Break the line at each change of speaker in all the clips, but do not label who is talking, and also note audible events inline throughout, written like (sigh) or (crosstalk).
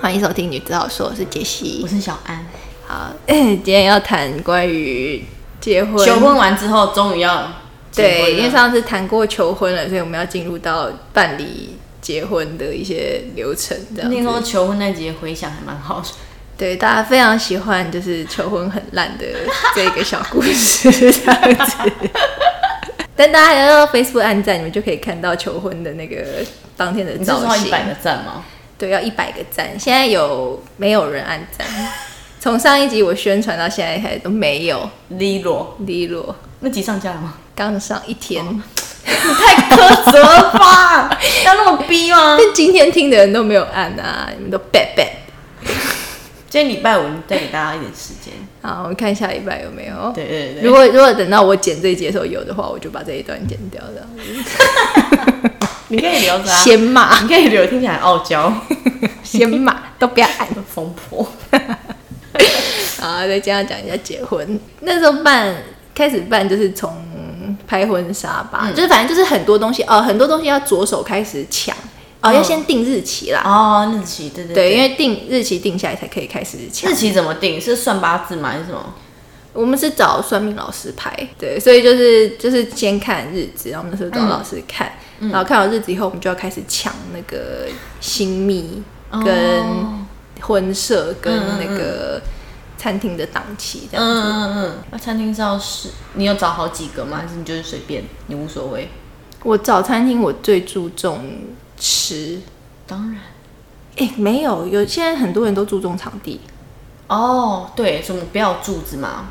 欢迎收听《你知道说》，我是杰西
我。是小安。
好，哎今天要谈关于结婚，啊
求婚完之后，终于要结婚了
对，因为上次谈过求婚了，所以我们要进入到办理结婚的一些流程，这样
那时候
子。
求婚那集回想还蛮好的，
对，大家非常喜欢就是求婚很烂的这个小故事，这样子。 (laughs) 但大家要到 Facebook 按赞，你们就可以看到求婚的那个当天的
你是
造
说
型
一。百个赞吗？
对，要一百个赞。现在有没有人按赞？从上一集我宣传到现在还都没有
利落，
利落，
那集上架了 (laughs) 吗？
刚上一天， (laughs)
你太苛责了吧？要那么逼吗？
但今天听的人都没有按啊，你们都 bad bad。
今天礼拜五再给大家一点时间。
好，我们看下礼拜有没有。
对对对
如果如果等到我剪这一集的时候有的话，我就把这一段剪掉，这样子
你可以留着啊，
先骂
(laughs) 你可以留，听起来很傲娇，
先骂，都不要按。
(laughs) 疯婆。
啊，再这样讲一下结婚。那时候办开始办就是从拍婚纱吧，
嗯
就是反正就是很多东西哦，很多东西要着手开始抢哦，要先定日期啦。
哦，日期，对对
对，因为定日期定下来才可以开始抢
日。期怎么定？是算八字吗？还是什么？
我们是找算命老师排，对，所以就是就是先看日子，然后我们那时候找老师看，
嗯
然后看好日子以后，我们就要开始抢那个新密跟
哦
婚社跟那个餐厅的档期这样子。
嗯嗯。那餐厅是要是你有找好几个吗？还是你就是随便，你无所谓？
我早餐厅我最注重吃，
当然。
哎、没有，有现在很多人都注重场地，
哦，对，什么不要柱子嘛？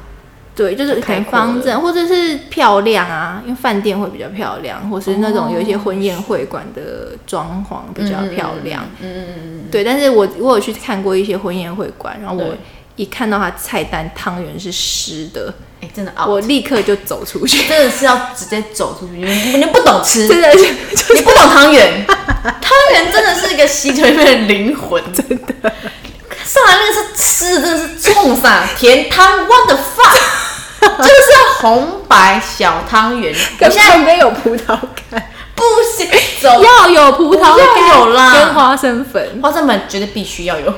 对，就是
开
很
阔了
方正，或者是漂亮啊，因为饭店会比较漂亮，或是那种有一些婚宴会馆的装潢比较漂亮，
嗯嗯嗯
对。但是我我有去看过一些婚宴会馆，然后我
对
一看到它菜单汤圆是湿的，
嗯。哎、真的啊，
我立刻就走出去，
真的是要直接走出去，你们你们不懂 (laughs)
(laughs)
吃，
真的是就
你不懂汤圆，汤圆真的是一个席球里面的灵魂， (laughs) 真的。上来那个是吃，真的是冲上甜汤，what the fuck，就是 (laughs) 要红白小汤圆。我
根
现在
本没有葡萄干，
不行，走
要有葡萄
要
干，
有啦
跟花生粉，
花生粉绝对必须要有，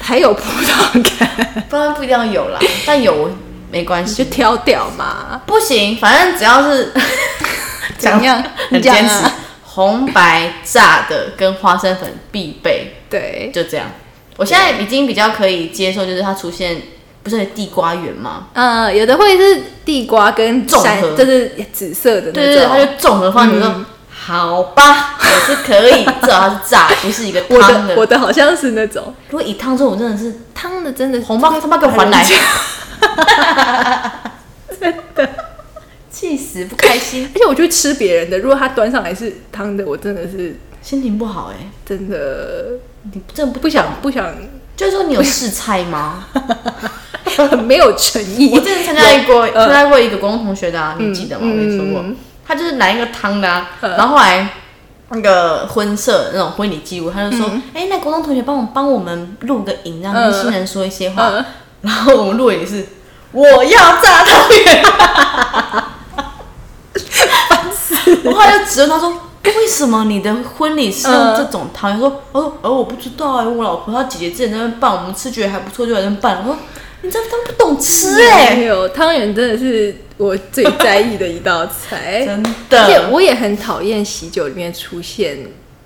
还有葡萄 (laughs) 干，
不然不一定要有啦，但有没关
就
系。
挑掉嘛。
不行，反正只要是
(laughs) 怎样
(laughs) 很
你讲啊
坚持，红白炸的跟花生粉必备，
对，
就这样。我现在已经比较可以接受，就是它出现不是有地瓜圆吗？
呃，有的会是地瓜跟
综合
山，就是紫色的那种，嗯
对对对，它就综合放你说、好吧，我是可以，至少它是炸，不是一个
我
汤
的 (laughs)
的。
我的好像是那种
如果以汤说，我真的是
汤的，真的
红包他妈给我还来，
真
气死，不开心，
(laughs) 而且我去吃别人的，如果他端上来是汤的，我真的是
心情不好哎、
真的
你真的不
不想不想， (laughs)
就是说你有试菜吗？
很没有诚意。
(laughs) 我之前参加一过
有呃
参加过一个国中同学的、啊，你记得吗？我
嗯
跟你说过
嗯，呃
他就是拿一个汤的、啊，然后后来那个婚社那种婚礼记录，他就说：“哎、那国中同学帮我帮我们录个影，让
嗯
新人说一些话。
嗯
然后我们录影是“我要炸汤圆”，烦死！我后来就质问他说。为什么你的婚礼是用
嗯
这种汤圆？他说，哦说，哦，我不知道哎、我老婆她姐姐之前在那边办，我们吃觉得还不错，就在那边办。我说，你真的不懂吃哎、
没有汤圆真的是我最在意的一道菜，
(laughs) 真
而且
的？
我也很讨厌喜酒里面出现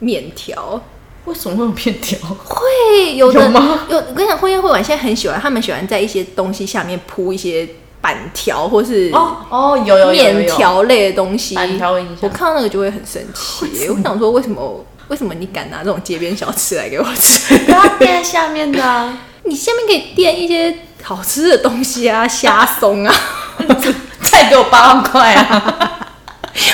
面条。
为什么会有面条？
会有的
有吗
有我跟你讲，婚宴会馆现在很喜欢，他们喜欢在一些东西下面铺一些板条或是
哦 (laughs) 哦，有有有有有
面条类的东西。
板条我印象
我看到那个就会很生气，我
(laughs)
想说为什么为什么你敢拿这种街边小吃来给我
(laughs)
吃？
不要垫下面的、啊，
你下面可以垫一些好吃的东西啊，虾松啊，
(laughs) 再给我八万块 (laughs) 啊！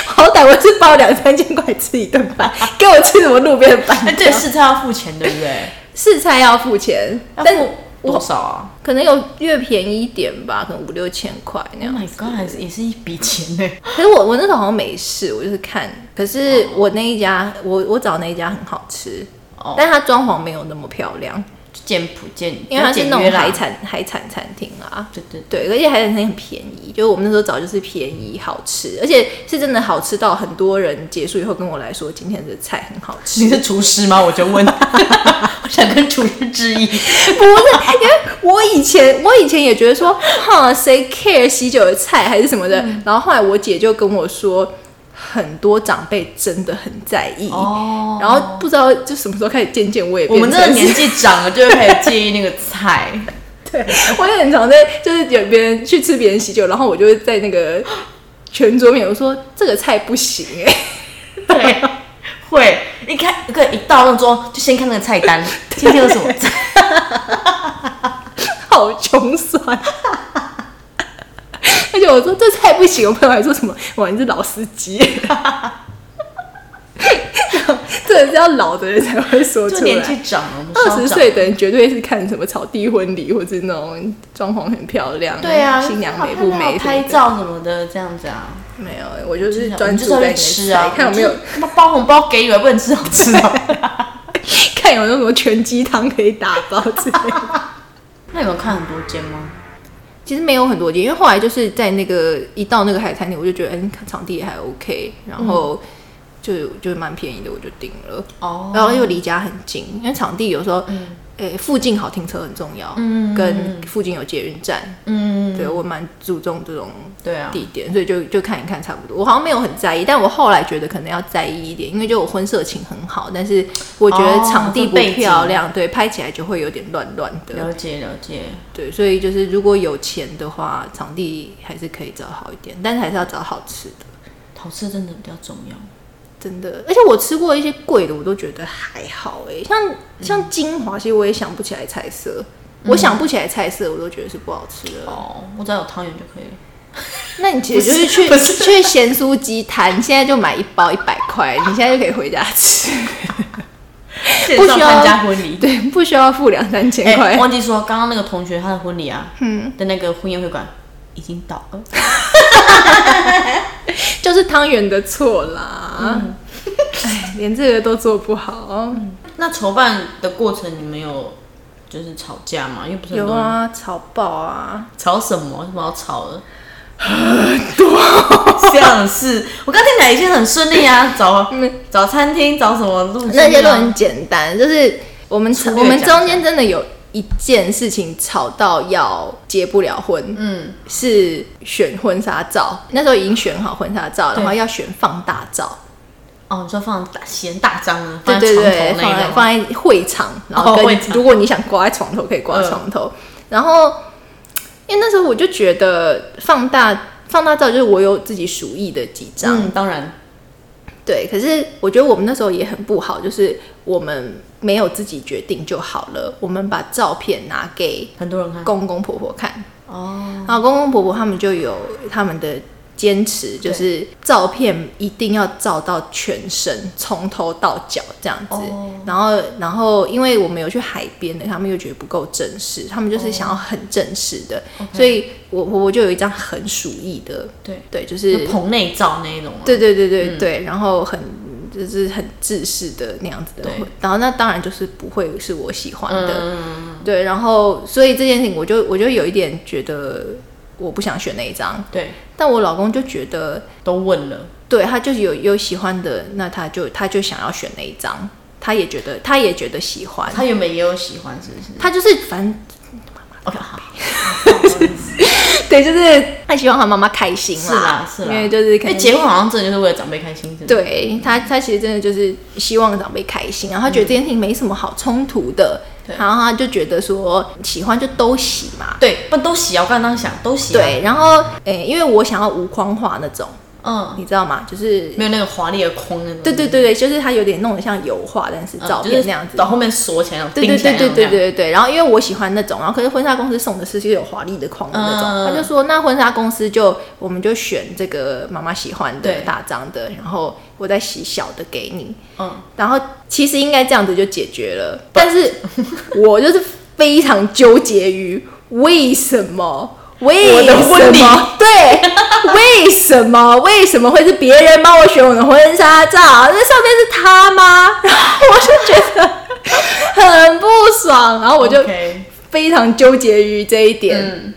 好歹我是包两三千块吃一顿饭，给我吃什么路边的板
那 (laughs)
条
这？试菜要付钱，对不对？
试菜要付钱，
要
但
付多
我
少啊
可能有越便宜一点吧，可能五六千块那样
？Oh。my，Oh god，还是也是一笔钱呢。
可是我我那时候好像没事，我就是看。可是我那一家，我我找那一家很好吃，
哦
但它装潢没有那么漂亮，
就简朴简，
因为它是那
比较简约
种
啦
海。产海产餐厅啊。
对对，
对，而且海产餐厅很便宜，就是我们那时候找就是便宜好吃，而且是真的好吃到很多人结束以后跟我来说，今天的菜很好吃。
(laughs) 你是厨师吗？我就问，我想跟厨师质疑。
不是，因为我以前我以前也觉得说，哈，谁 care 喜酒的菜还是什么的。
嗯
然后后来我姐就跟我说，很多长辈真的很在意。
哦
然后不知道就什么时候开始渐渐我也
(laughs) 我
变
们
成
这个
(laughs)
年纪长了，就会开始介意那个菜。
我也很常在，就是有别人去吃别人喜酒，然后我就会在那个全桌面，我说这个菜不行哎、
对，会一看，对，一到那桌就先看那个菜单，今天有什么菜？ (laughs)
好穷酸。 (laughs) 而且我说这菜不行，我朋友还说什么哇你是老司机， (laughs) 这是要老的人才会说
就
出
年
来。
纪长了，我们稍
二十
长
岁的人绝对是看什么草地婚礼，或是那种装潢很漂亮，
对啊，
新娘美不
好看
美
啊
什么
拍
的。
照什么的，这样子啊，
没有，我就是
我
专
们就
注
是要
在你的
去吃
菜
啊，
看有没有
(laughs) 我们就是他妈包红包给你们，不能吃好吃的。
看有没有什么全鸡汤可以打包之类的。
那你们看很多间吗？
其实没有很多间，因为后来就是在那个一到那个海餐厅，我就觉得嗯场地也还 OK，然
嗯
后就就蛮便宜的，我就定了。
哦
然后又离家很近，因为场地有时候，嗯、附近好停车很重要，嗯，跟附近有捷运站，
嗯，
对我蛮注重这种
对啊，
地点，所以就就看一看差不多。我好像没有很在意，但我后来觉得可能要在意一点，因为就我婚摄情很好，但是我觉得
哦
场地
就
不
背景
漂亮，对，拍起来就会有点乱乱的，
了解了解。
对，所以就是如果有钱的话，场地还是可以找好一点，但是还是要找好吃的，
好吃真的比较重要。
真的。而且我吃过一些贵的，我都觉得还好哎、像像金华，其实我也想不起来菜色，我想不起来菜色，我都觉得是不好吃的。
哦，我只要有汤圆就可以了。
那你其实就是去
不是
去咸酥鸡摊，现在就买一包一百块，你现在就可以回家吃， (laughs)
不需要参加婚礼。
对，不需要付两三千块。
哎，忘记说，刚刚那个同学他的婚礼啊，嗯，的那个婚宴会馆已经倒了。
就是汤圆的错啦，哎、连这个都做不好。
那筹办的过程，你们有就是吵架吗？因为不是很
有
多人
啊，炒爆啊，
吵什么？有什么好吵的？很多，像是我刚听起来一切很顺利
(laughs)
啊，找找餐厅，找什么都很
嗯那
顺利啊
些都很简单，就是我们
粗略
我们
讲
中间真的有一件事情吵到要结不了婚，
嗯，
是选婚纱照，那时候已经选好婚纱照，然后要选放大照，
哦，你说放大嫌大张的，
对
放在
对对，
床头
放
那一
在
啊个吗，
放在会场，然后
哦
跟、
会场嗯
如果你想挂在床头可以挂在床头，然后因为那时候我就觉得放大放大照就是我有自己鼠疫的几张，
嗯，当然，
对，可是我觉得我们那时候也很不好，就是我们没有自己决定就好了，我们把照片拿给
很多人看
公公婆婆看，
哦，
然后公公婆婆他们就有他们的坚持，就是照片一定要照到全身，从头到脚这样子。
哦
然后，然后因为我们有去海边的，他们又觉得不够正式，他们就是想要很正式的，所以我婆婆就有一张很鼠疫的，
对，
对，就是
就棚内照那一种啊，
对对对对对，然后很就是很自式的那样子的
对，
然后那当然就是不会是我喜欢的，
嗯，
对，然后所以这件事情我就我就有一点觉得我不想选那一张，
对，
但我老公就觉得
都问了，
对他就是有有喜欢的，那他就他就想要选那一张，他也觉得他也觉得喜欢，
他原本也有喜欢，是不是
他就是反正
？OK，好，
对，就是他希望他妈妈开心
是啦是啦，
因为就是可
因为
能
结婚好像真的就是为了长辈开心，是不是，
对他，他其实真的就是希望长辈开心，然后他觉得这件事情没什么好冲突的，
嗯对
然后他就觉得说喜欢就都喜嘛，
对，不都喜啊，我刚刚想都喜啊，
对，然后诶、因为我想要无框化那种，
嗯，
你知道吗？就是
没有那个华丽的框那种，
对对对对，就是他有点弄得像油画，但是
嗯
照
就
片
是
那样子。
到后面锁起来那种，
对对
钉起
对
来那
对
种
对对对对，然后因为我喜欢那种，然后可是婚纱公司送的是是有华丽的框的那种，
嗯
他就说那婚纱公司就我们就选这个妈妈喜欢的
对
大张的，然后我再洗小的给你，
嗯，
然后其实应该这样子就解决了，但是我就是非常纠结于为什么。为
我
什
的婚礼
么？对，为什么？为什么会是别人帮我选我的婚纱照？那上面是他吗？ (laughs) 然后我就觉得很不爽，然后我就
OK
非常纠结于这一点。
嗯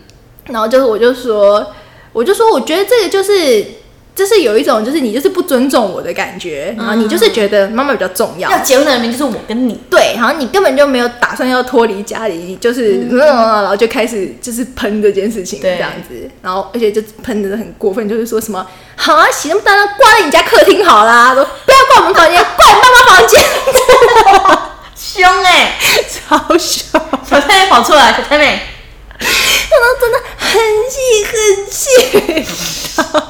然后就是我就说，我就说，我觉得这个就是就是有一种就是你就是不尊重我的感觉，然后你就是觉得妈妈比较重要，
要结婚的人明明就是我跟你，
对，好像你根本就没有打算要脱离家里，你就是、嗯然后就开始就是喷这件事情
对
这样子，然后而且就喷的很过分，就是说什么好啊，洗那么大张挂在你家客厅好啦，都不要挂我们房间，挂你妈妈房间， (laughs)
凶哎、
超凶，我
小太妹跑出来，小太妹，
都 (laughs) 真的很气很气。然后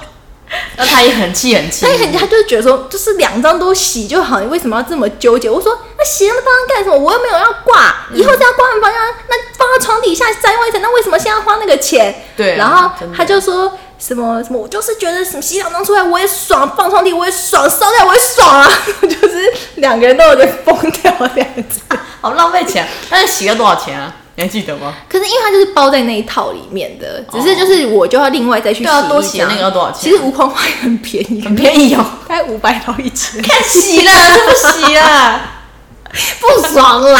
那她也很气很气
但，人家就是觉得说，就是两张都洗就好，你为什么要这么纠结？我说那洗那么大张干什么？我又没有要挂，以后再要挂房间，那放到床底下再外层，那为什么现在花那个钱？
对啊
然后
真的
他就说什么什么，我就是觉得什么洗两张出来我也爽，放床底我也爽，烧掉我也爽啊， (laughs) 就是两个人都有点疯掉这样子。
好浪费钱。但是洗了多少钱啊？你还记得吗？
(laughs) 可是因为它就是包在那一套里面的，只是就是我就要另外再去洗一
对啊
张，
多洗那个要多少钱
其实无框花也很便宜，
很便 (laughs) 宜哦，
大概五百到一千。
看洗啦，是不洗啦？
不爽啦。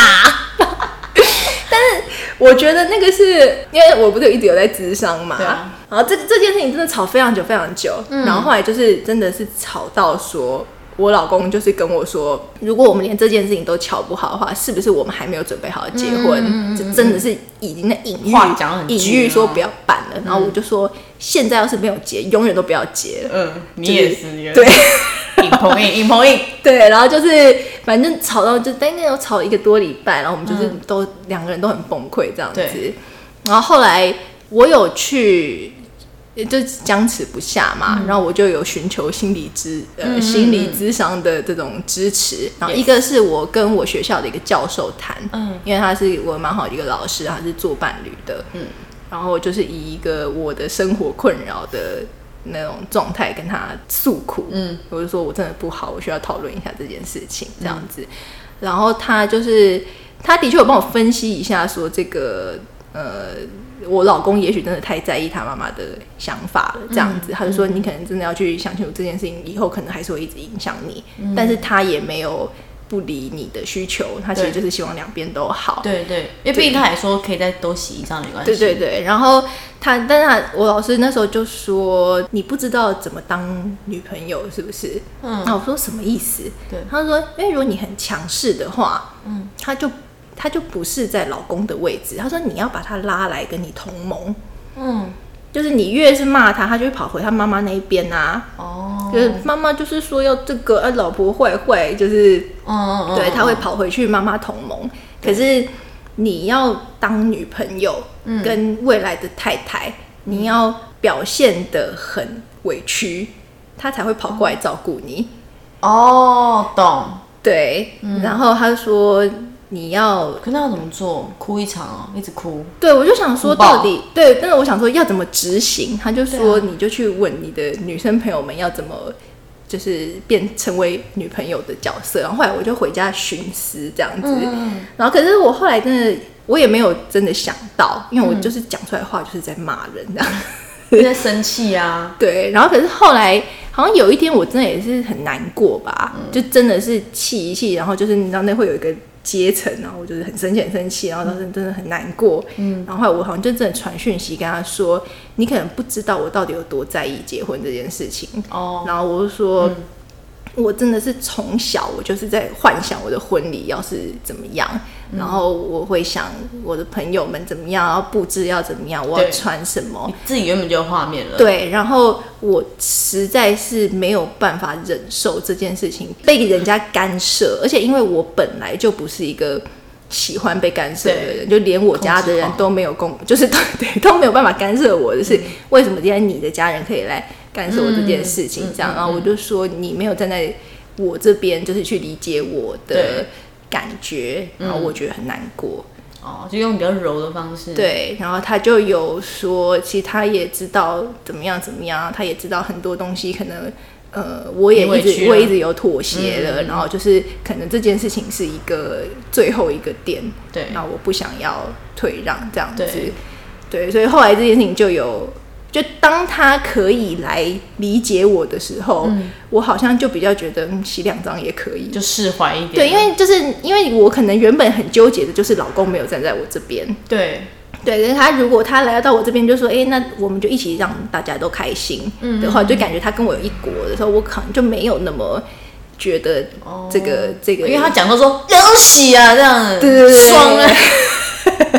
(laughs) 但是我觉得那个是因为我不是一直有在咨商嘛，
对啊
然后这这件事情真的吵非常久非常久，然后后来就是真的是吵到说。我老公就是跟我说，如果我们连这件事情都瞧不好的话，是不是我们还没有准备好结婚？这真的是已经在隐喻
话讲得，很
隐
绝
喻
啊
说不要办了。然后我就说，现在要是没有结，永远都不要结了。
嗯，你
就
也是，
对，
影棚影影棚影，
对，然后就是反正吵到就大概有吵一个多礼拜，然后我们就是都、两个人都很崩溃这样子
嗯对。
然后后来我有去，就僵持不下嘛，
嗯
然后我就有寻求心理咨呃、心理咨商的这种支持。然后一个是我跟我学校的一个教授谈，
嗯
因为他是我蛮好的一个老师，他是做伴侣的，
嗯
然后就是以一个我的生活困扰的那种状态跟他诉苦，
嗯，
我就说我真的不好，我需要讨论一下这件事情，这样子。然后他就是他的确有帮我分析一下，说这个呃，我老公也许真的太在意他妈妈的想法了，这样
嗯
子。他就说你可能真的要去想清楚这件事情，以后可能还是会一直影响你，
嗯
但是他也没有。不理你的需求，他其实
对
就是希望两边都好。
对对，因为毕竟他也说可以再多洗一张没关系，
对对对，然后他，但是他我老师那时候就说你不知道怎么当女朋友是不是？
嗯
那我说什么意思？
对
他说因为如果你很强势的话，
嗯，
他就他就不是在老公的位置。他说你要把他拉来跟你同盟，
嗯，
就是你越是骂他，他就会跑回他妈妈那一边啊。
哦，
就是妈妈就是说要这个，啊，老婆坏坏，就是
嗯嗯嗯，
对，他会
嗯
跑回去妈妈同盟。可是你要当女朋友，
嗯
跟未来的太太，你要表现的很委屈，他才会跑过来照顾你。
哦，懂。
对，
嗯
然后他说你要。
可那要怎么做？哭一场哦，一直哭。
对，我就想说，
哭爆
到底对，但是我想说要怎么执行，他就说
对啊
你就去问你的女生朋友们要怎么，就是变成为女朋友的角色。然后后来我就回家寻思这样子，
嗯，
然后可是我后来真的，我也没有真的想到，因
嗯
为我就是讲出来话就是在骂人这样。
你在生气啊？
对，然后可是后来好像有一天我真的也是很难过吧，
嗯
就真的是气一气，然后就是你知道那会有一个阶层，然后我就是很生气很生气，然后当时真的很难过。嗯，然后后来我好像就真的传讯息跟他说，你可能不知道我到底有多在意结婚这件事情。
哦，
然后我就说，我真的是从小我就是在幻想我的婚礼要是怎么样，
嗯
然后我会想我的朋友们怎么样，然后布置要怎么样，我要
对
穿什么
你。自己原本就有画面了。，
对，然后我实在是没有办法忍受这件事情被人家干涉，而且因为我本来就不是一个喜欢被干涉的人，就连我家的人
控制狂
都没有共， (laughs) 就是都对都没有办法干涉我的事。为什么今天你的家人可以来干涉我这件事情？
嗯
这样，然后我就说你没有站在我这边，就是去理解我的
对嗯
感觉，然后我觉得很难过。
哦，就用比较柔的方式。，
对，然后他就有说，其实他也知道怎么样怎么样，他也知道很多东西可能。呃，我也
你委
一直
屈
我
了嗯
一直有妥协了，然后就是可能这件事情是一个最后一个点，
对
那我不想要退让这样子，
对
对，所以后来这件事情就有，就当他可以来理解我的时候，我好像就比较觉得、嗯、洗两张也可以，
嗯就释怀一点。
对，因为就是因为我可能原本很纠结的就是老公没有站在我这边，
对
对，可是他如果他来到我这边就说，哎、那我们就一起让大家都开心
嗯
的话，就感觉他跟我有一国的时候，我可能就没有那么觉得这个、这个，
哦因为他讲到说了不起啊这样子，
对对对 (laughs)
爽啊，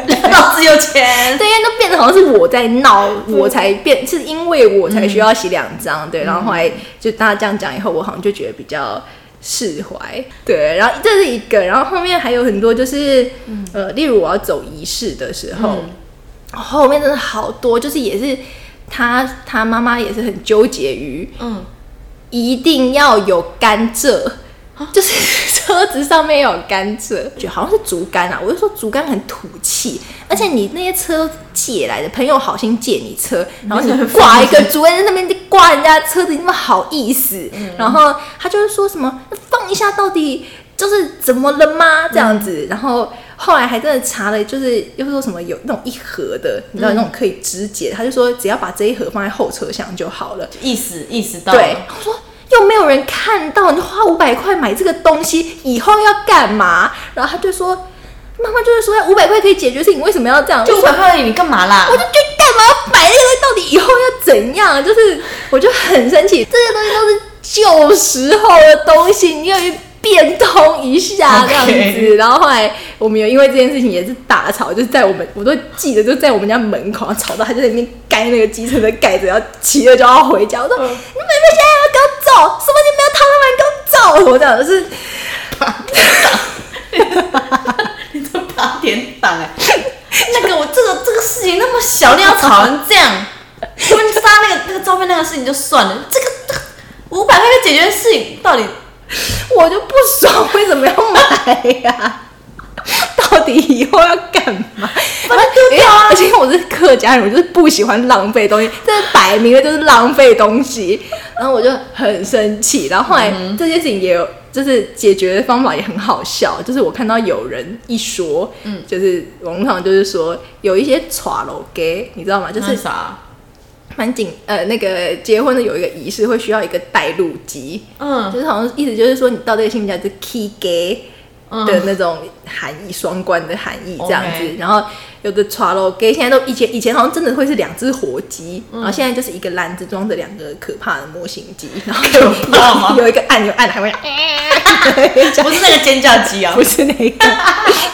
聊到自由钱，
对，因为都变得好像是我在闹，我才变，是因为我才需要洗两张，对。然后后来就大家这样讲以后，我好像就觉得比较释怀，对。然后这是一个，然后后面还有很多，就是、呃，例如我要走仪式的时候，后面真的好多，就是也是他他妈妈也是很纠结于
嗯，
一定要有甘蔗。就是 (laughs) 车子上面有甘蔗，就啊好像是竹竿啊。我就说竹竿很土气，而且你那些车借来的，朋友好心借你车，然后你挂一个竹竿在那边挂人家车子，你那么好意思？然后他就是说什么放一下，到底就是怎么了吗？这样子，然后后来还真的查了，就是又说什么有那种一盒的，你知道那种可以肢解，他就说只要把这一盒放在后车厢就好了。
意识意识到了
对，我说又没有人看到，你花五百块买这个东西，以后要干嘛？然后他就说，妈妈就是说五百块可以解决事情，为什么要这样？
就
我
五
说
百块而已，你干嘛啦
(laughs) 我？就觉得干嘛要买那个？到底以后要怎样？就是我就很生 (laughs) 气，这些东西都是旧时候的东西，你要变通一下
OK
这样子。然后后来我们有因为这件事情也是大吵，就是在我们我都记得，就在我们家门口吵到他就在那边盖那个机车的盖子，然后骑着就要回家。我说、
嗯
你们现在要给我走，什么你们要逃他们给我走，我这样就是
你这八点档哎，那个我这个这个事情那么小，你要吵成这样，婚纱那个那个照片那个事情就算了，这个这个五百块就解决的事情，到底
我就不 (laughs) 爽，为什么要买哎呀、到底以后要干嘛？哎
把它丢掉啊
而且我是客家人，我就是不喜欢浪费东西，这摆明了就是浪费东西。然后我就很生气。然后后来这件事情也有，就是解决的方法也很好笑，就是我看到有人一说，嗯，就是网络上就是说有一些耍楼给，你知道吗？就是
啥？
蛮紧呃，那个结婚的有一个仪式会需要一个带路机，
嗯
就是好像意思就是说，你到这个新家就是 key gay
嗯
的那种含义，双关的含义这样子。
OK
然后有的 t r a l o gay 现在都以前以前好像真的会是两只活鸡，
嗯
然后现在就是一个篮子装着两个可怕的模型
(laughs)
鸡，然后有
可怕吗
有有一个按钮按还会 (laughs) 啊
(laughs) 不是那个尖叫鸡啊
不，是那个，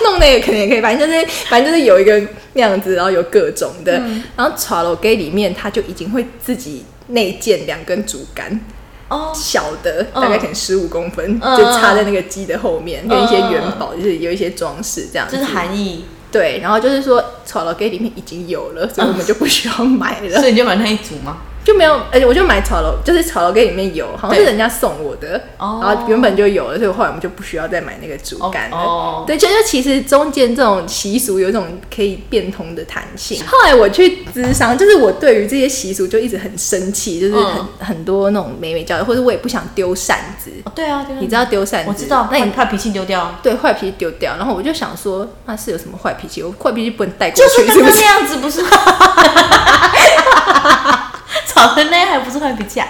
弄那个可能也可以，反正 (laughs) 就是反正就是有一个那样子，然后有各种的，
嗯
然后 t r a l o gay 里面它就已经会自己内建两根竹竿。
哦，
小的，
嗯
大概可能十五公分，
嗯
就插在那个鸡的后面，
嗯
跟一些元宝，就是有一些装饰这样子。
就是含义，
对，然后就是说，草楼 gay 里面已经有
嗯
了，所以我们就不需要买了，
所以你就买那一组吗？
就没有。而且我就买草楼，就是草楼 gay 里面有，好像是人家送我的，
哦
然后原本就有了，所以后来我们就不需要再买那个竹竿了。
哦哦
对，就就其实中间这种习俗有一种可以变通的弹性。后来我去咨商，就是我对于这些习俗就一直很生气，就是很、
嗯
很多那种美美教育，或者我也不想丢扇子，
哦对啊，对啊
你知道丢扇子，
我知道，
那
那
你
你怕脾气丢掉，
对坏脾气丢掉，然后我就想说，那是有什么坏脾气？我坏脾气不能带过
(laughs) 就
去，是
是刚
不
刚
是
那？样子，不是？ (laughs) 吵成那样还不是坏脾气啊？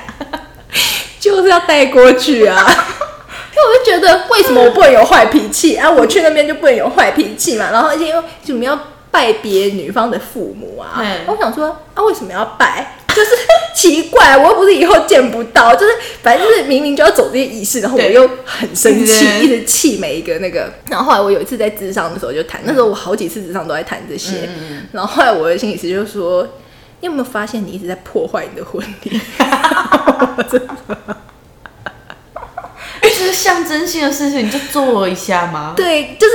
就是要带过去啊！ (laughs) 因为我就觉得，为什么我不能有坏脾气啊？我去那边就不能有坏脾气嘛？然后而且又你们要拜别女方的父母啊
嗯，
我想说啊，为什么要拜？就是奇怪，我又不是以后见不到，就是反正就是明明就要走这些仪式，然后我
对
又很生气，
对
一直气每一个那个。然后后来我有一次在智商的时候就谈，那时候我好几次智商都在谈这些。然后后来我的心理师就说：“你有没有发现你一直在破坏你的婚礼？”
就是象征性的事情，你就做一下嘛。
对，就是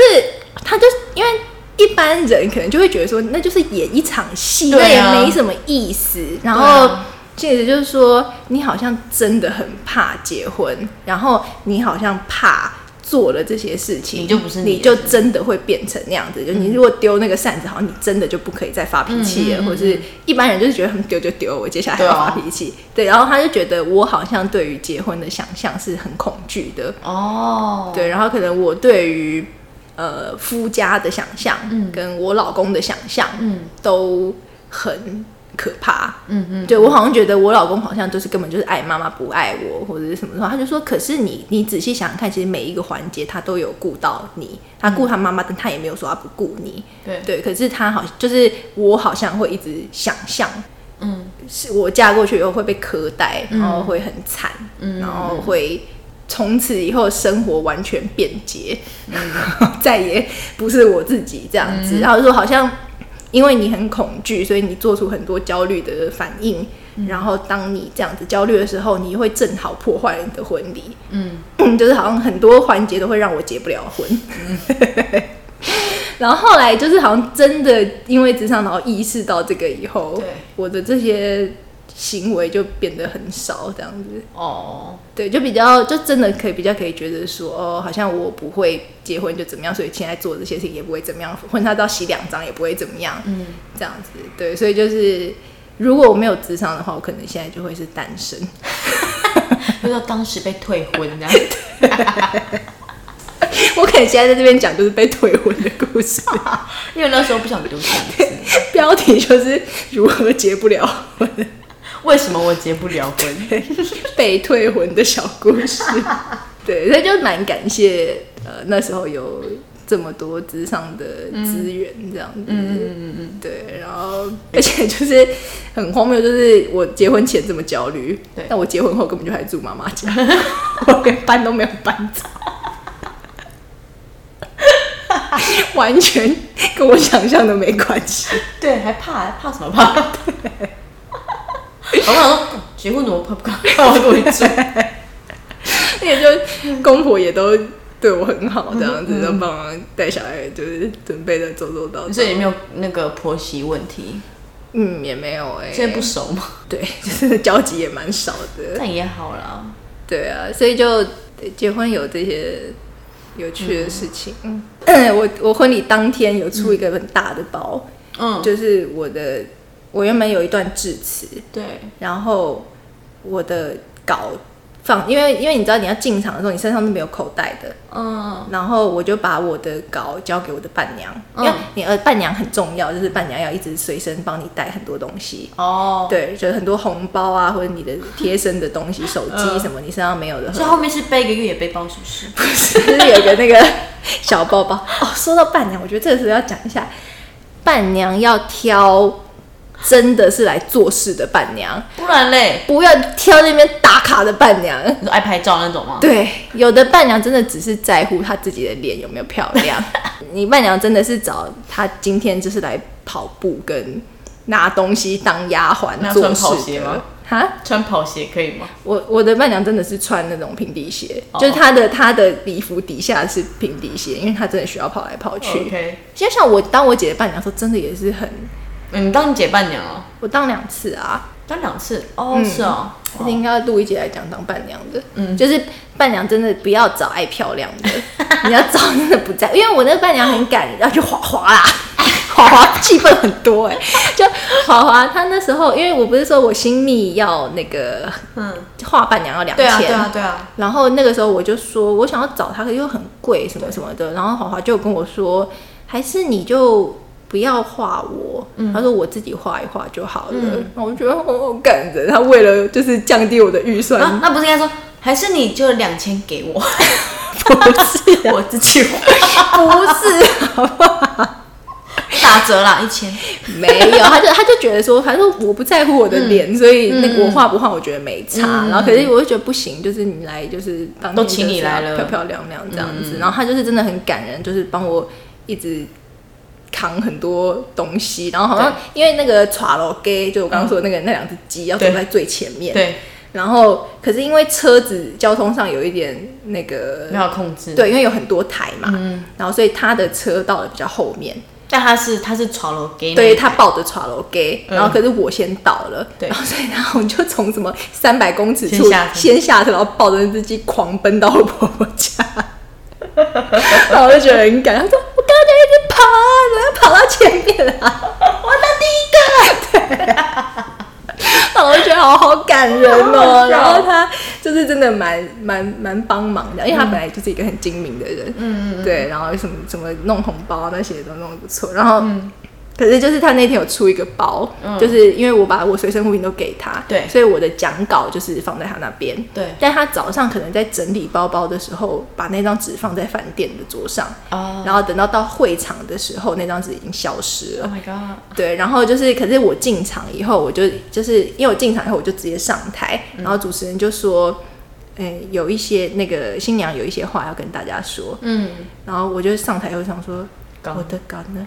他就因为一般人可能就会觉得说，那就是演一场戏，那
对
也
啊
没什么意思。然
对
后
啊
接着就是说，你好像真的很怕结婚，然后你好像怕。做了这些事情，
你就不是嗯你
你就真的会变成那样子。就你如果丢那个扇子，好像你真的就不可以再发脾气
嗯
了，或者是一般人就是觉得很丢就丢，我接下来
对
要
啊
发脾气。对，然后他就觉得我好像对于结婚的想象是很恐惧的，
哦，
对，然后可能我对于呃嗯夫家的想象，跟我老公的想象，
嗯，
都很可怕。嗯嗯，对我好像觉得我老公好像就是根本就是爱妈妈不爱我或者是什么的话，他就说，可是你你仔细想想看，其实每一个环节他都有顾到你，他顾他妈妈，但他也没有说他不顾你。
对
对，可是他好就是我好像会一直想象，
嗯，
是我嫁过去以后会被苛待，然后会很惨，然后会从此以后生活完全变节， (laughs) 再也不是我自己这样子。然后说好像因为你很恐惧，所以你做出很多焦虑的反应。然后当你这样子焦虑的时候，你会正好破坏你的婚礼。嗯，就是好像很多环节都会让我结不了婚。 (laughs) 然后后来就是好像真的因为职场，然后意识到这个以后
对，
我的这些行为就变得很少，这样子。
哦，
对，就比较就真的可以比较可以觉得说，哦，好像我不会结婚就怎么样，所以现在做这些事情也不会怎么样，婚纱照洗两张也不会怎么样，嗯，这样子。对，所以就是如果我没有职场的话，我可能现在就会是单身。 (laughs)
就说当时被退婚的， (laughs)
我可能现在在这边讲就是被退婚的故事。
因为那时候不想读上司。
标题就是如何结不了婚、 (laughs)
为什么我结不了婚？
被退婚的小故 (laughs) 事。对，所以就蛮感谢呃那时候有这么多职场的资源这样子。嗯嗯嗯。对，然后而且就是很荒谬，就是我结婚前这么焦虑
对，
但我结婚后根本就还住妈妈 (laughs) 家，我连搬都没有搬走。 (laughs) 完全跟我想象的没关系，
对，还怕还怕什么怕？ (laughs) 我想说嗯结婚怎么怕不敢 (laughs) 怕我跟我住？
而且就公婆也都对我很好，这样
嗯
子都帮忙带小孩，就是准备的走走到
所以也没有那个婆媳问题，
嗯，也没有哎、
现在不熟嘛，
对， (laughs) 就是交集也蛮少的，
(laughs) 但也好啦。
对啊，所以就对结婚有这些有趣的事情。嗯，我我婚礼当天有出一个很大的包，
嗯，
就是我的我原本有一段致辞，
对，
然后我的稿放，因为因为你知道你要进场的时候，你身上是没有口袋的，
嗯，
然后我就把我的稿交给我的伴娘，因为
嗯
你呃伴娘很重要，就是伴娘要一直随身帮你带很多东西。
哦，
对，就是很多红包啊，或者你的贴身的东西、手机什么，你身上没有的，
所以后面是背一个越野背包，是不是？
就是有个那个小包包。哦，说到伴娘，我觉得这个时候要讲一下，伴娘要挑真的是来做事的伴娘，
(laughs) 不然嘞，
不要挑那边打卡的伴娘。
你说爱拍照那种吗？
对，有的伴娘真的只是在乎她自己的脸有没有漂
(laughs)
亮，你伴娘真的是找她今天就是来跑步跟拿东西当丫鬟
那
做
穿跑
事
鞋
的
吗。
哈，
穿跑鞋可以吗？
我我的伴娘真的是穿那种平底鞋，
哦
就是她的她的礼服底下是平底鞋，因为她真的需要跑来跑去。
哦 OK，
其实像我当我姐的伴娘的时候，真的也是很，
嗯你当你姐伴娘哦，
我当两次啊，
当两次哦，是哦，
这是应该要录一节来讲当伴娘的，嗯，就是伴娘真的不要找爱漂亮
(laughs)
的，你要找真的不在，因为我那个伴娘很赶，要去滑滑
(laughs)
啦，滑滑气氛很多
欸
哎、就滑滑，她那时候因为我不是说我新密要那个
嗯，
画伴娘要两
对啊，
千，
对啊，对啊，
然后那个时候我就说，我想要找他，可是又很贵什么什么的。然后华华就跟我说，还是你就不要画我，他说我自己画一画就好了。然后我觉得好感人，他为了就是降低我的预算，
啊，那不是应该说，还是你就两千给 (laughs) 我，啊
不是
我自己 (laughs)
不是
打折啦，一千，
(laughs) 没有，他就他就觉得说，反正我不在乎我的
嗯
脸，所以那个我画不画我觉得没差。然后可是我就觉得不行，就是你来就是当
都请你来了嗯
漂漂亮亮这样子。然后他就是真的很感人，就是帮我一直。扛很多东西，然后好像因为那个 t r a gay，就我刚刚说的那个、那两只鸡要走
对
在最前面，
对，
然后可是因为车子交通上有一点那个
没，嗯有控制，，
对，因为有很多台嘛，然后所以他的车到了比较后面，
但他是他是潮流给你，嗯
对他抱着耍楼 gay，然后可是我先到了，
对
然后 (laughs) 所以然后我就从什么三百公尺处
先下车
先下车，然后抱着那只鸡狂奔到我婆婆家， (laughs) 然后我就觉得很感，他说我刚刚就一直跑啊，怎么要跑到前面了、 (laughs) 啊？我当第一个，对。然后我就觉得好好感人
(laughs) 好
哦
好，笑
然后他就是真的蛮蛮蛮帮忙的，因为他本来就是一个
嗯
啊很精明的人，嗯嗯，对，然后什么什么弄红包那些都弄得不错，然后可是就是他那天有出一个包，就是因为我把我随身物品都给他，
嗯对
所以我的讲稿就是放在他那边，
对
但他早上可能在整理包包的时候，把那张纸放在饭店的桌上，
哦
然后等到到会场的时候，那张纸已经消失了。
，Oh my god，
对，然后就是，可是我进场以后，我就就是因为我进场以后，我就直接上台，
嗯
然后主持人就说，诶、有一些那个新娘有一些话要跟大家说，
嗯，
然后我就上台后想说，
搞
我的稿呢？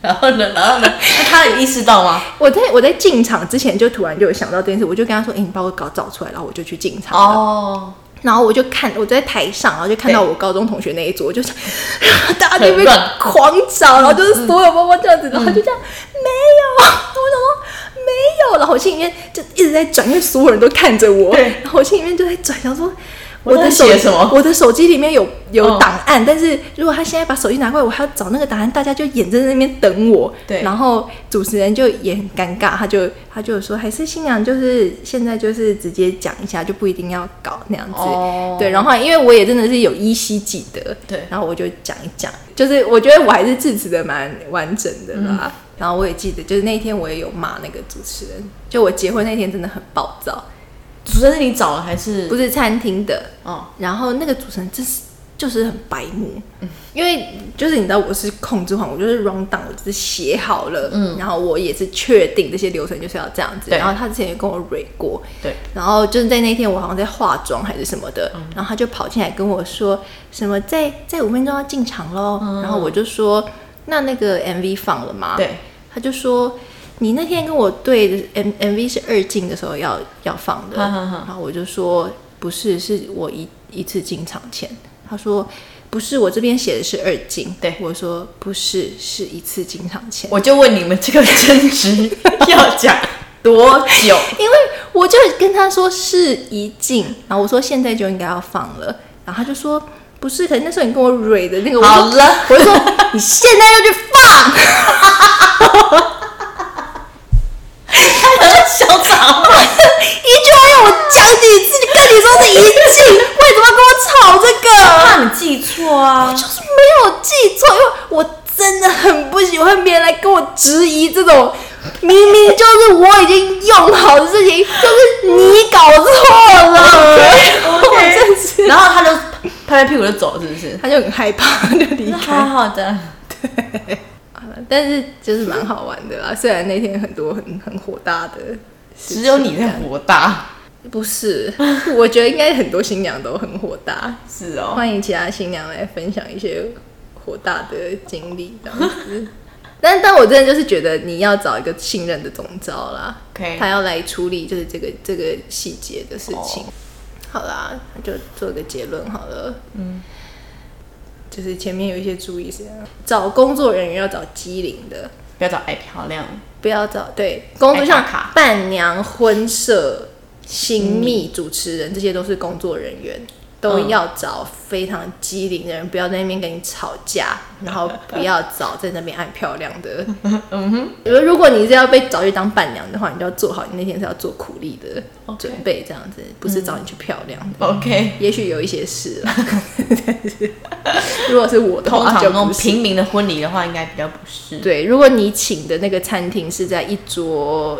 然后呢，然后呢，那他有意识到吗？
我在我在进场之前就突然就有想到这件事，我就跟他说，诶、哎你把我稿找出来，然后我就去进场了。
哦，
然后我就看我在台上，然后就看到
对
我高中同学那一桌，我
(laughs)
就想大家就被
很乱
狂找，然后就是所有包包这样子，然后就这样、没有，然后我想说没有，然后我心里面就一直在转，因为所有人都看着我，
对
然后我心里面就在转，想说。
我在
的手
写什么
我的手机里面有有
嗯
档案，但是如果他现在把手机拿过来，我还要找那个档案，大家就眼睁在那边等我。
对
然后主持人就也很尴尬，他就他就说，还是新娘就是现在就是直接讲一下，就不一定要搞那样子。
哦
对，然后因为我也真的是有依稀记得，
对
然后我就讲一讲，就是我觉得我还是致辞的蛮完整的啦。
嗯
然后我也记得，就是那一天我也有骂那个主持人，就我结婚那天真的很暴躁，
主持人是你找的还是？
不
是，
是餐厅的，
哦，
然后那个主持人真是就是很白目，
嗯
因为就是你知道我是控制狂，我就是 round down，我只是写好了，嗯，然后我也是确定这些流程就是要这样子，
对
然后他之前也跟我 re 过，
对，
然后就是在那天我好像在化妆还是什么
嗯
的，然后他就跑进来跟我说什么在在五分钟要进场喽，然后我就说那那个 MV 放了吗？
嗯对，
他就说你那天跟我对的 M MV 是二进的时候要要放的，
哈哈哈
然后我就说不是，是我一一次进场前，他说。不是，我这边写的是二进。
对
我说不是，是一次进场前。
我就问你们这个争执要讲多久？
因为我就跟他说是一镜，然后我说现在就应该要放了，然后他就说不是，可能那时候你跟我蕊的那个，我
好
说
了，
我就说 (laughs) 你现在就去放，
很嚣张，
一句话要我讲几次？你跟你说是一镜，为什么要跟我吵这个？
怕你记错 (laughs) 啊！
就是没有记错，因为我真的很不喜欢别人来跟我质疑这种。明明就是我已经用好的事情，就是你搞错
(laughs)
了。我真是，
然后他就拍拍屁股就走，是不是？
他就很害怕，就离
那好好的，
但是就是蛮好玩的啦。虽然那天很多很很火大的事情，
只有你在火大，
不是， (laughs) 我觉得应该很多新娘都很火大。
是哦。
欢迎其他新娘来分享一些火大的经历，这样子。但但我真的就是觉得你要找一个信任的总招啦
OK
他要来处理就是这个这个细节的事情。好啦，那就做个结论好了。嗯，就是前面有一些注意事项，找工作人员要找机灵的，
不要找爱漂亮，
不要找对工作
爱
像
打卡
伴娘、婚摄、新密、主持人，这些都是工作人员，
嗯
都要找非常机灵的人，不要在那边跟你吵
(laughs)
架，然后不要找在那边爱漂亮的。
嗯哼，
如如果你是要被找去当伴娘的话，你就要做好你那天是要做苦力的
OK 嗯
准备，这样子不是找你去漂亮的。
OK。
也许有一些事
(laughs)
啦， (laughs) 如果是我的
通
话，
常
就
那种
不是
平民的婚礼的话，应该比较不是。
对，如果你请的那个餐厅是在一桌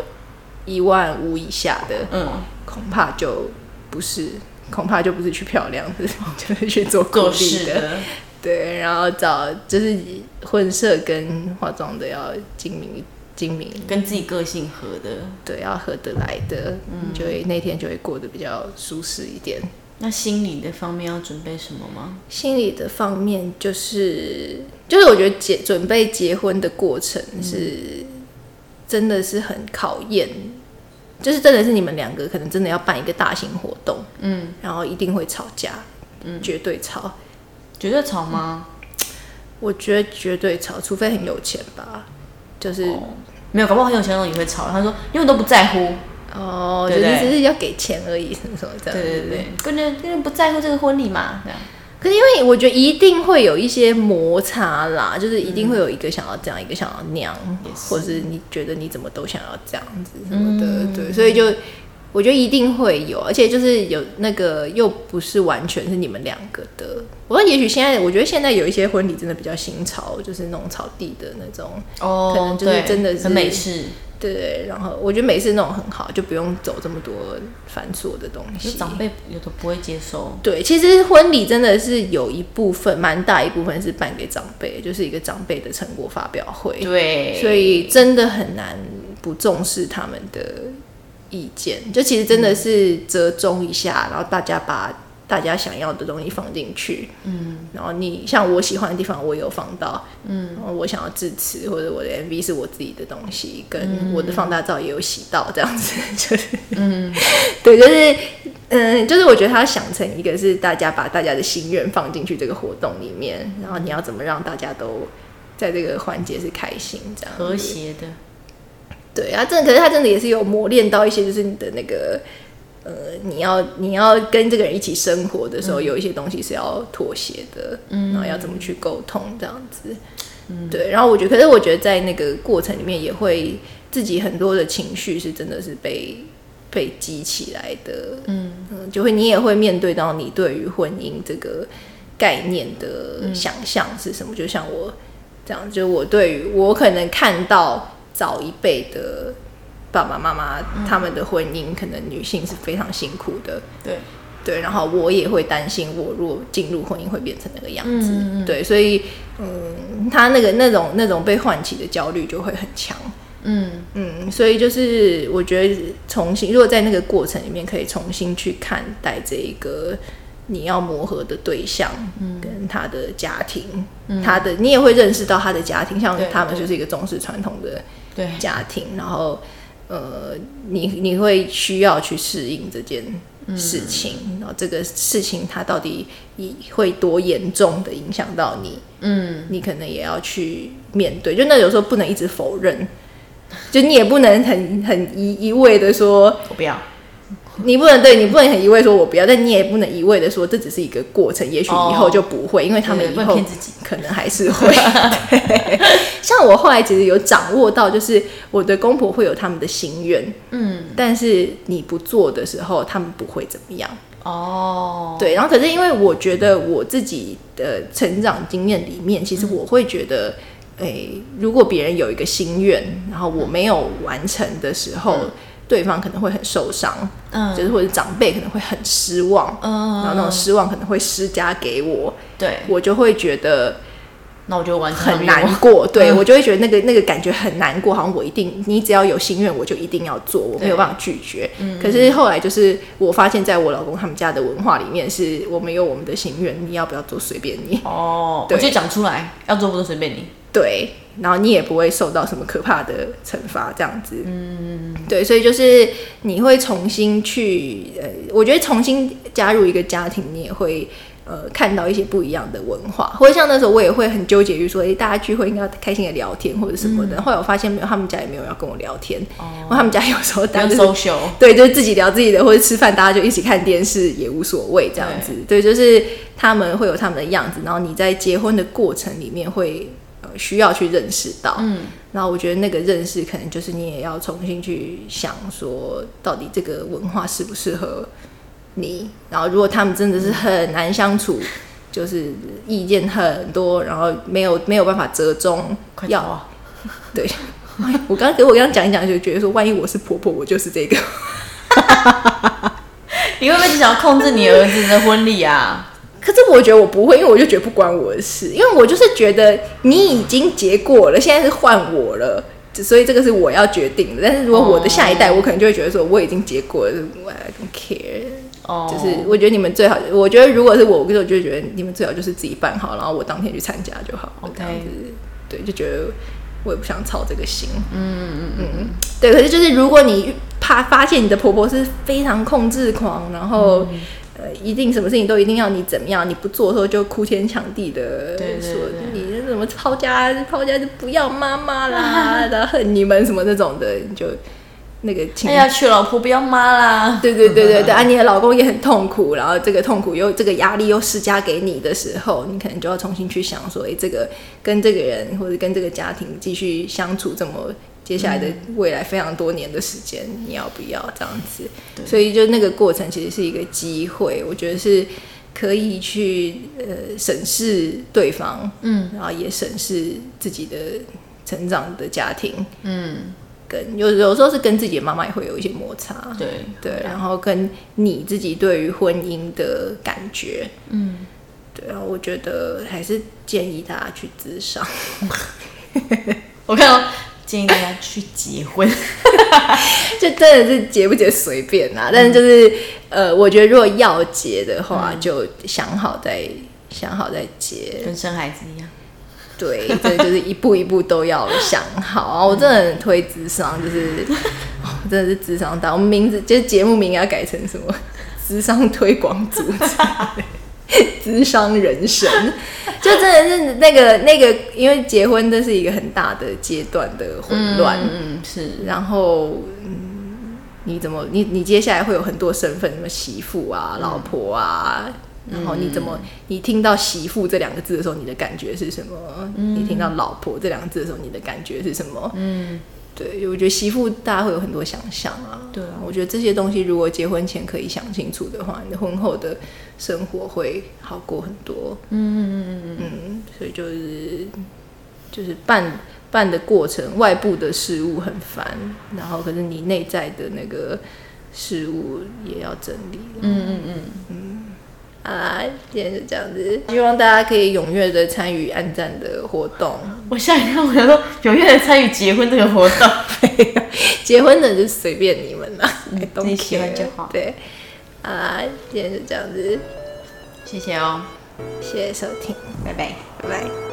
一万五以下的，
嗯，
恐怕就不是，恐怕就不是去漂亮的， (laughs) 就是去做苦
做
力
事
的。
的，
对，然后找就是婚摄跟化妆的要精明，精明，
跟自己个性合的。
对，要合得来的，你就会那天就会过得比较舒适一点。
那心理的方面要准备什么吗？
心理的方面，就是就是我觉得结准备结婚的过程
嗯
是、真的是很考验，就是真的是你们两个可能真的要办一个大型活动，
嗯，
然后一定会吵架，嗯，绝对吵，
绝对吵吗？
我觉得绝对吵，除非很有钱吧，就是
哦没有，搞不好很有钱的人也会吵。他说，因为都不在乎。
哦，就
对
是
不对
只是要给钱而已，什么什么这样，
对对对，根本根本不在乎这个婚礼嘛，这样。
可是因为我觉得一定会有一些摩擦啦，就是一定会有一个想要这样，一个想要那样，或者是你觉得你怎么都想要这样子什么的，对，所以就我觉得一定会有，而且就是有那个又不是完全是你们两个的。我说也许现在，我觉得现在有一些婚礼真的比较新潮，就是那种草地的那种，
哦
可能就是
对
真的是
很美式，
对。然后我觉得美式那种很好，就不用走这么多繁琐的东
可是
西。
长辈有的不会接受。
对，其实婚礼真的是有一部分，蛮大一部分是办给长辈，就是一个长辈的成果发表会。
对，
所以真的很难不重视他们的意见。就其实真的是折中一下，然后大家把大家想要的东西放进去，嗯，然后你像我喜欢的地方，我有放到，嗯，然后我想要致辞或者我的 MV 是我自己的东西，跟我的放大照也有洗到，这样子 (laughs) 就是，嗯， (laughs) 对，就是。嗯，就是我觉得他想成一个是大家把大家的心愿放进去这个活动里面，然后你要怎么让大家都在这个环节是开心这样子
和谐的，
对啊，真的，可是他真的也是有磨练到一些，就是你的那个，呃，你要你要跟这个人一起生活的时候，有一些东西是要妥协的，嗯，然后要怎么去沟通这样子，嗯，对。然后我觉得，可是我觉得在那个过程里面，也会自己很多的情绪是真的是被被激起来的，嗯就会你也会面对到你对于婚姻这个概念
嗯
的想象是什么，就像我。这样，就我对于我可能看到早一辈的爸爸妈妈、
嗯
他们的婚姻，可能女性是非常辛苦的，
对，
对，然后我也会担心，我如果进入婚姻会变成那个样子，
嗯嗯嗯
对，所以嗯，他那个那种那种被唤起的焦虑就会很强，
嗯，
嗯，所以就是我觉得重新，如果在那个过程里面可以重新去看待这一个你要磨合的对象，嗯，跟他的家庭，他的你也会认识到他的家庭，像
对
他们
对
就是一个重视传统的
对，
家庭，然后呃，你你会需要去适应这件事情，然后这个事情它到底以会多严重的影响到你，
嗯，
你可能也要去面对。就那有时候不能一直否认，就你也不能很很一一味的说，
我不要，
你不能对你不能很一味地说我不要，但你也不能一味的说这只是一个过程，也许以后就不会，因为他们
哦对
以
不能
后
骗自己
可能还是
(laughs)
会。对像我后来其实有掌握到，就是我的公婆会有他们的心愿，
嗯，
但是你不做的时候，他们不会怎么样。
哦，
对，然后可是因为我觉得我自己的成长经验里面，其实
嗯
我会觉得，诶、如果别人有一个心愿，然后我没有完成的时候，对方可能会很受伤，
嗯
就是或者长辈可能会很失望，
嗯
然后那种失望可能会施加给我，
对，
我就会觉得
那我就完成
很
了愿
难
望，
过，对我就会觉得那个那个感觉很难过，好像我一定，你只要有心愿，我就一定要做，我没有办法拒绝。可是后来就是我发现，在我老公他们家的文化里面是，我们有我们的心愿，你要不要做随便你，
哦，我
对
就讲出来，要做不做随便你，
对，然后你也不会受到什么可怕的惩罚，这样子。嗯，对，所以就是你会重新去，呃，我觉得重新加入一个家庭，你也会。呃，看到一些不一样的文化，或者像那时候我也会很纠结于说，诶、大家聚会应该要开心的聊天或者什么的。后来我发现没有，他们家也没有要跟我聊天，然后他们家有时候
不
大家
用
就是
social，
对，就是自己聊自己的，或者吃饭大家就一起看电视也无所谓这样子。对，就是他们会有他们的样子，然后你在结婚的过程里面会呃需要去认识到，嗯，然后我觉得那个认识可能就是你也要重新去想说，到底这个文化适不适合你。然后如果他们真的是很难相处。就是意见很多，然后没有没有办法折中，
快走
要
啊！
对， (laughs) 哎我刚给我刚刚讲一讲，就觉得说，万一我是婆婆，我就是这个。
你会不会只想要控制你儿子的婚礼啊？
可是我觉得我不会，因为我就觉得不关我的事，因为我就是觉得你已经结过了，现在是换我了，只所以这个是我要决定的。但是如果我的下一代，我可能就会觉得说我已经结过了，I don't care。
哦，
(laughs) 就是我觉得你们最好，我觉得如果是我，我就觉得你们最好就是自己办好，然后我当天去参加就好了。
OK
这样子，对，就觉得我也不想操这个心。嗯嗯嗯，对。可是就是如果你怕发现你的婆婆是非常控制狂，然后、
嗯
呃一定什么事情都一定要你怎么样，你不做的时候就哭天抢地的
对对
说
对
你那什么抛家抛家就不要妈妈
(laughs)
啦，然后恨你们什么那种的，你就那个情
哎呀，娶老婆不要妈啦，
对对对对对，啊，你的老公也很痛苦，然后这个痛苦又这个压力又施加给你的时候，你可能就哎要重新去想说，诶，这个跟这个人或者跟这个家庭继续相处这么。接下来的未来非常多年的时间，你要不要这样子？所以就那个过程其实是一个机会，我觉得是可以去呃审视对方，嗯，然后也审视自己的成长的家庭，嗯，跟有有时候是跟自己的妈妈也会有一些摩擦，
对
对，啊然后跟你自己对于婚姻的感觉，嗯，对啊，我觉得还是建议大家去咨 (laughs) 商。
我看到建议大家去结婚， (laughs)
就真的是结不结随便啦、但是就是、呃，我觉得如果要结的话，就想好再想好再结。
跟生孩子一样。
对，这就是一步一步都要想好啊！我真的很推智商，就是、哦真的是智商大。我们名字就是节目名要改成什么？智商推广组织。智商人生，就真的是那个那个，因为结婚这是一个很大的阶段的混乱，
嗯嗯是，
然后，嗯，你怎么你你接下来会有很多身份，什么媳妇啊、老婆啊，然后你怎
嗯
么你听到媳妇这两个字的时候，你的感觉是什么？你听到老婆这两个字的时候，你的感觉是什么？
嗯
对，我觉得媳妇大家会有很多想象啊。
对啊
我觉得这些东西如果结婚前可以想清楚的话，你的婚后的生活会好过很多。
嗯嗯嗯嗯
嗯，所以就是就是办办的过程，外部的事物很烦，然后可是你内在的那个事物也要整理。
嗯嗯嗯，
啊，今天就这样子，希望大家可以踊跃的参与暗战的活
(laughs)
动。
我吓一跳，我想说踊跃的参与结婚这个活
(laughs)
动，
结婚的就随便你们了，I don't
自己嗯喜欢就
care
好
对，啊，今天就这样子，
谢谢哦，
谢谢收听，
拜拜。
拜拜。